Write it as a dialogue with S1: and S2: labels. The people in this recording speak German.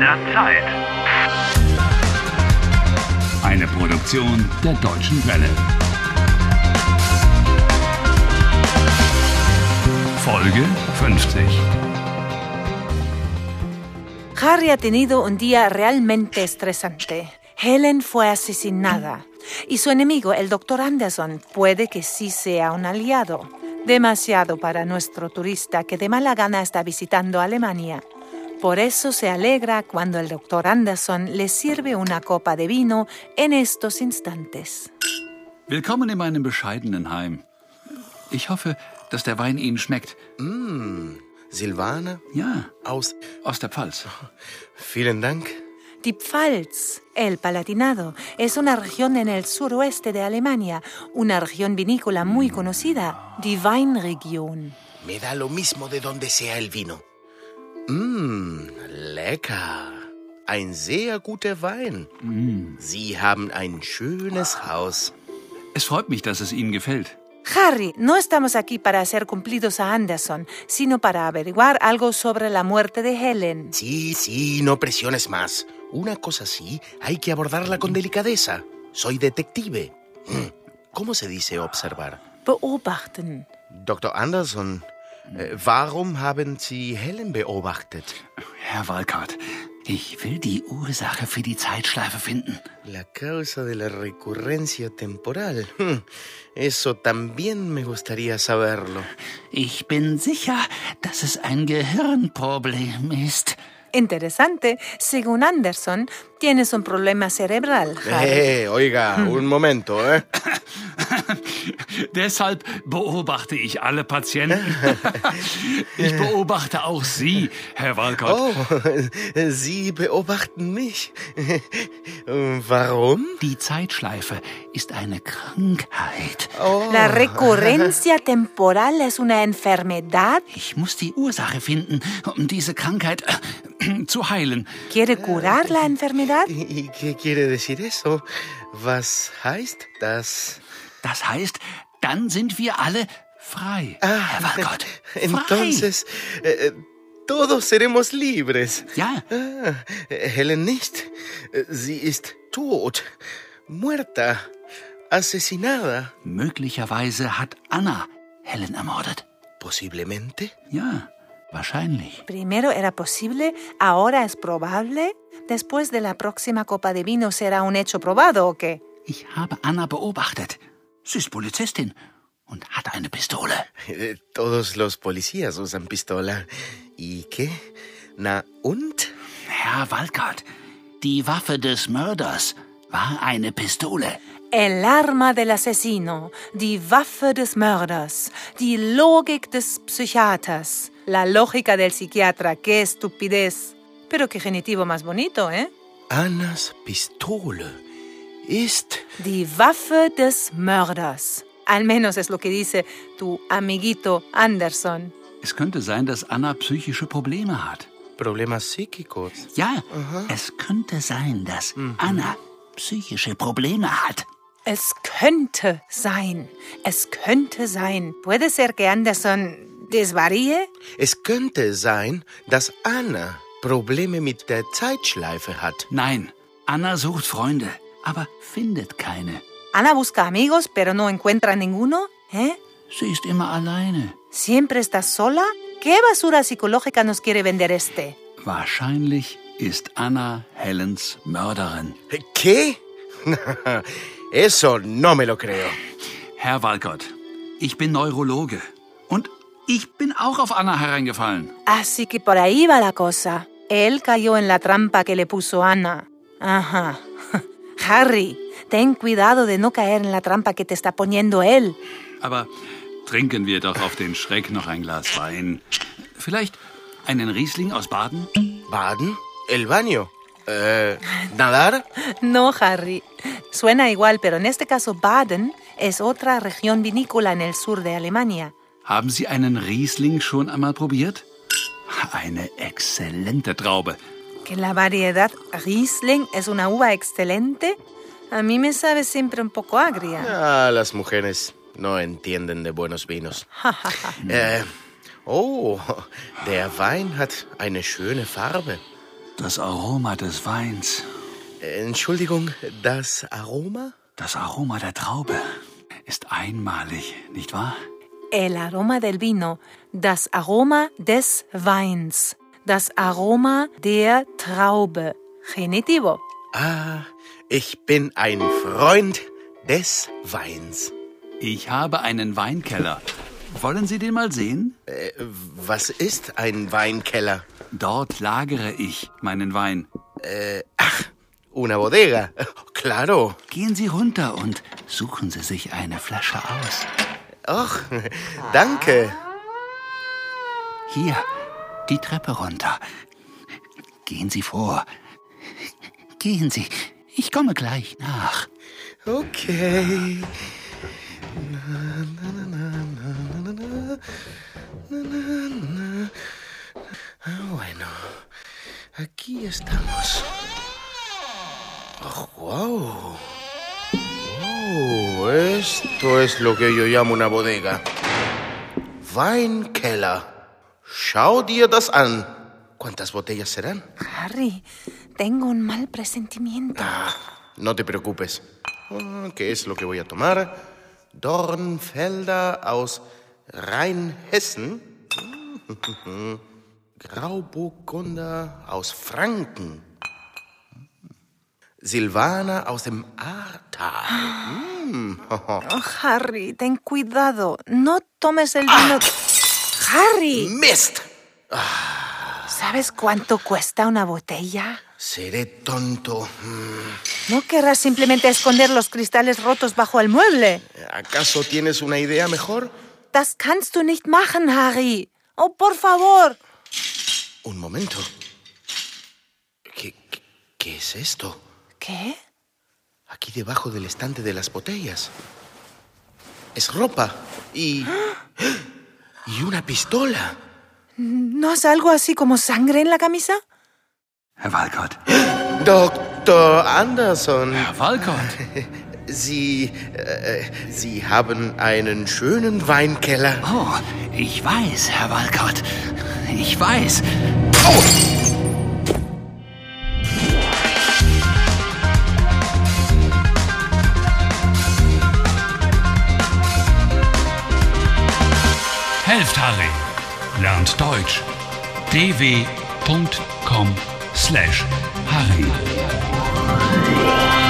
S1: der Zeit.
S2: Eine Produktion der Deutschen Welle. Folge 50.
S3: Harry ha tenido un día realmente estresante. Helen fue asesinada y su enemigo, el Dr. Anderson, puede que sí sea un aliado. Demasiado para nuestro turista que de mala gana está visitando Alemania. Por eso se alegra cuando el Dr. Anderson le sirve una copa de vino en estos instantes.
S2: Willkommen in meinem bescheidenen Heim. Ich hoffe, dass der Wein Ihnen schmeckt.
S4: Silvana
S2: Ja,
S4: aus.
S2: aus der Pfalz.
S4: Vielen Dank.
S3: Die Pfalz, el Palatinado, es una región en el suroeste de Alemania, una región vinícola muy conocida, die Weinregion.
S4: Me da lo mismo de donde sea el vino. Mmm, lecker. Ein sehr guter Wein.
S2: Mm.
S4: Sie haben ein schönes Haus.
S2: Es freut mich, dass es Ihnen gefällt.
S3: Harry, no estamos aquí para hacer cumplidos a Anderson, sino para averiguar algo sobre la muerte de Helen.
S4: Sí, sí, no presiones más. Una cosa sí, hay que abordarla con delicadeza. Soy detective. Mm, ¿Cómo se dice observar?
S3: Beobachten.
S4: Dr. Anderson, äh, warum haben Sie Helen beobachtet?
S2: Herr Walcott, ich will die Ursache für die Zeitschleife finden.
S4: La causa de la recurrencia temporal. Hm, Eso también me gustaría saberlo.
S2: Ich bin sicher, dass es ein Gehirnproblem ist.
S3: Interesante, según Anderson, tienes un problema cerebral, Harry.
S4: Eh, oiga, un momento, ¿eh?
S2: Deshalb beobachte ich alle Patienten. ich beobachte auch Sie, Herr Walcott.
S4: Oh, Sie beobachten mich. Warum?
S2: Die Zeitschleife ist eine Krankheit.
S4: Oh.
S3: La recurrencia temporal es una enfermedad.
S2: Ich muss die Ursache finden, um diese Krankheit äh, zu heilen.
S3: ¿Quiere curar la enfermedad?
S4: Eh, ¿Y qué quiere decir eso? Was heißt das?
S2: Das heißt, dann sind wir alle frei, Herr Walcott. Frei.
S4: Entonces, eh, todos seremos libres.
S2: Ja,
S4: Ah, Helen nicht. Sie ist tot. Muerta. Asesinada.
S2: möglicherweise hat Anna Helen ermordet.
S4: Posiblemente.
S2: Ja, wahrscheinlich.
S3: Primero era posible, ahora es probable. Después de la próxima copa de vino será un hecho probado o qué?
S2: Ich habe Anna beobachtet. Sie ist Polizistin und hat eine Pistole.
S4: Eh, Todos los policías usan pistola. ¿Y qué? Na und?
S2: Herr Walcott, die Waffe des Mörders war eine Pistole.
S3: El arma del asesino, die Waffe des Mörders, die Logik des Psychiaters, la lógica del psiquiatra, qué estupidez. Pero qué genitivo más bonito, ¿eh?
S4: Annas Pistole ist.
S3: Die Waffe des Mörders. Al menos es lo que dice tu amiguito Anderson.
S2: Es könnte sein, dass Anna psychische Probleme hat.
S4: Problemas psíquicos.
S2: Ja, es könnte sein, dass Anna psychische Probleme hat.
S3: Es könnte sein, es könnte sein. ¿Puede ser que Anderson desvaríe?
S4: Es könnte sein, dass Anna Probleme mit der Zeitschleife hat.
S2: Nein, Anna sucht Freunde, aber findet keine.
S3: Ana busca amigos, pero no encuentra ninguno, ¿eh?
S2: Sie ist immer alleine.
S3: ¿Siempre estás sola? ¿Qué basura psicológica nos quiere vender este?
S2: Wahrscheinlich ist Anna Helens Mörderin.
S4: ¿Qué? Eso no me lo creo.
S2: Herr Walcott, ich bin Neurologe und ich bin auch auf Anna hereingefallen.
S3: Así que por ahí va la cosa. Él cayó en la trampa que le puso Ana. Ajá. Harry, ten cuidado de no caer en la trampa que te está poniendo él.
S2: Aber trinken wir doch auf den Schreck noch ein Glas Wein. Vielleicht einen Riesling aus Baden?
S4: Baden, el baño. Eh, nadar.
S3: No, Harry. Suena igual, pero en este caso Baden es otra región vinícola en el sur de Alemania.
S2: Haben Sie einen Riesling schon einmal probiert? Eine exzellente Traube.
S3: Que la variedad Riesling es una uva excelente. A mí me sabe siempre un poco agria.
S4: Ah, las mujeres no entienden de buenos vinos. Eh, oh, der Wein hat eine schöne Farbe.
S2: Das Aroma des Weins.
S4: Entschuldigung, das Aroma?
S2: Das Aroma der Traube ist einmalig, nicht wahr?
S3: El aroma del vino, das Aroma des Weins, das Aroma der Traube. Genitivo.
S4: Ah, ich bin ein Freund des Weins.
S2: Ich habe einen Weinkeller. Wollen Sie den mal sehen?
S4: Äh, was ist ein Weinkeller?
S2: Dort lagere ich meinen Wein.
S4: Una bodega. Claro.
S2: Gehen Sie runter und suchen Sie sich eine Flasche aus.
S4: Och, danke.
S2: Hier, die Treppe runter. Gehen Sie vor. Gehen Sie. Ich komme gleich nach.
S4: Okay. Ah, Bueno, aquí estamos. Oh, wow. Wow, esto es lo que yo llamo una bodega. Weinkeller. Schau dir das an. ¿Cuántas botellas serán?
S3: Harry, tengo un mal presentimiento.
S4: No te preocupes. Ah, ¿Qué es lo que voy a tomar? Dornfelder aus Rheinhessen. Mm, Grauburgunder aus Franken. Silvaner aus dem Ahrtal. Mm.
S3: Oh, Harry, ten cuidado. No tomes el vino. Harry,
S4: Mist!
S3: ¿sabes cuánto cuesta una botella?
S4: Seré tonto.
S3: No querrás simplemente esconder los cristales rotos bajo el mueble.
S4: ¿Acaso tienes una idea mejor?
S3: Das kannst du nicht machen, Harry. Oh, por favor.
S4: Un momento. ¿Qué, qué- qué es esto?
S3: ¿Qué?
S4: Aquí debajo del estante de las botellas. Es ropa y... Y una pistola.
S3: ¿No es algo así como sangre en la camisa?
S2: Herr Walcott.
S4: Doctor Anderson,
S2: Herr Walcott.
S4: Sie... äh, Sie haben einen schönen Weinkeller.
S2: Oh, ich weiß, Herr Walcott. Ich weiß.
S1: Helft Harry. Lernt Deutsch. dw.com/harry.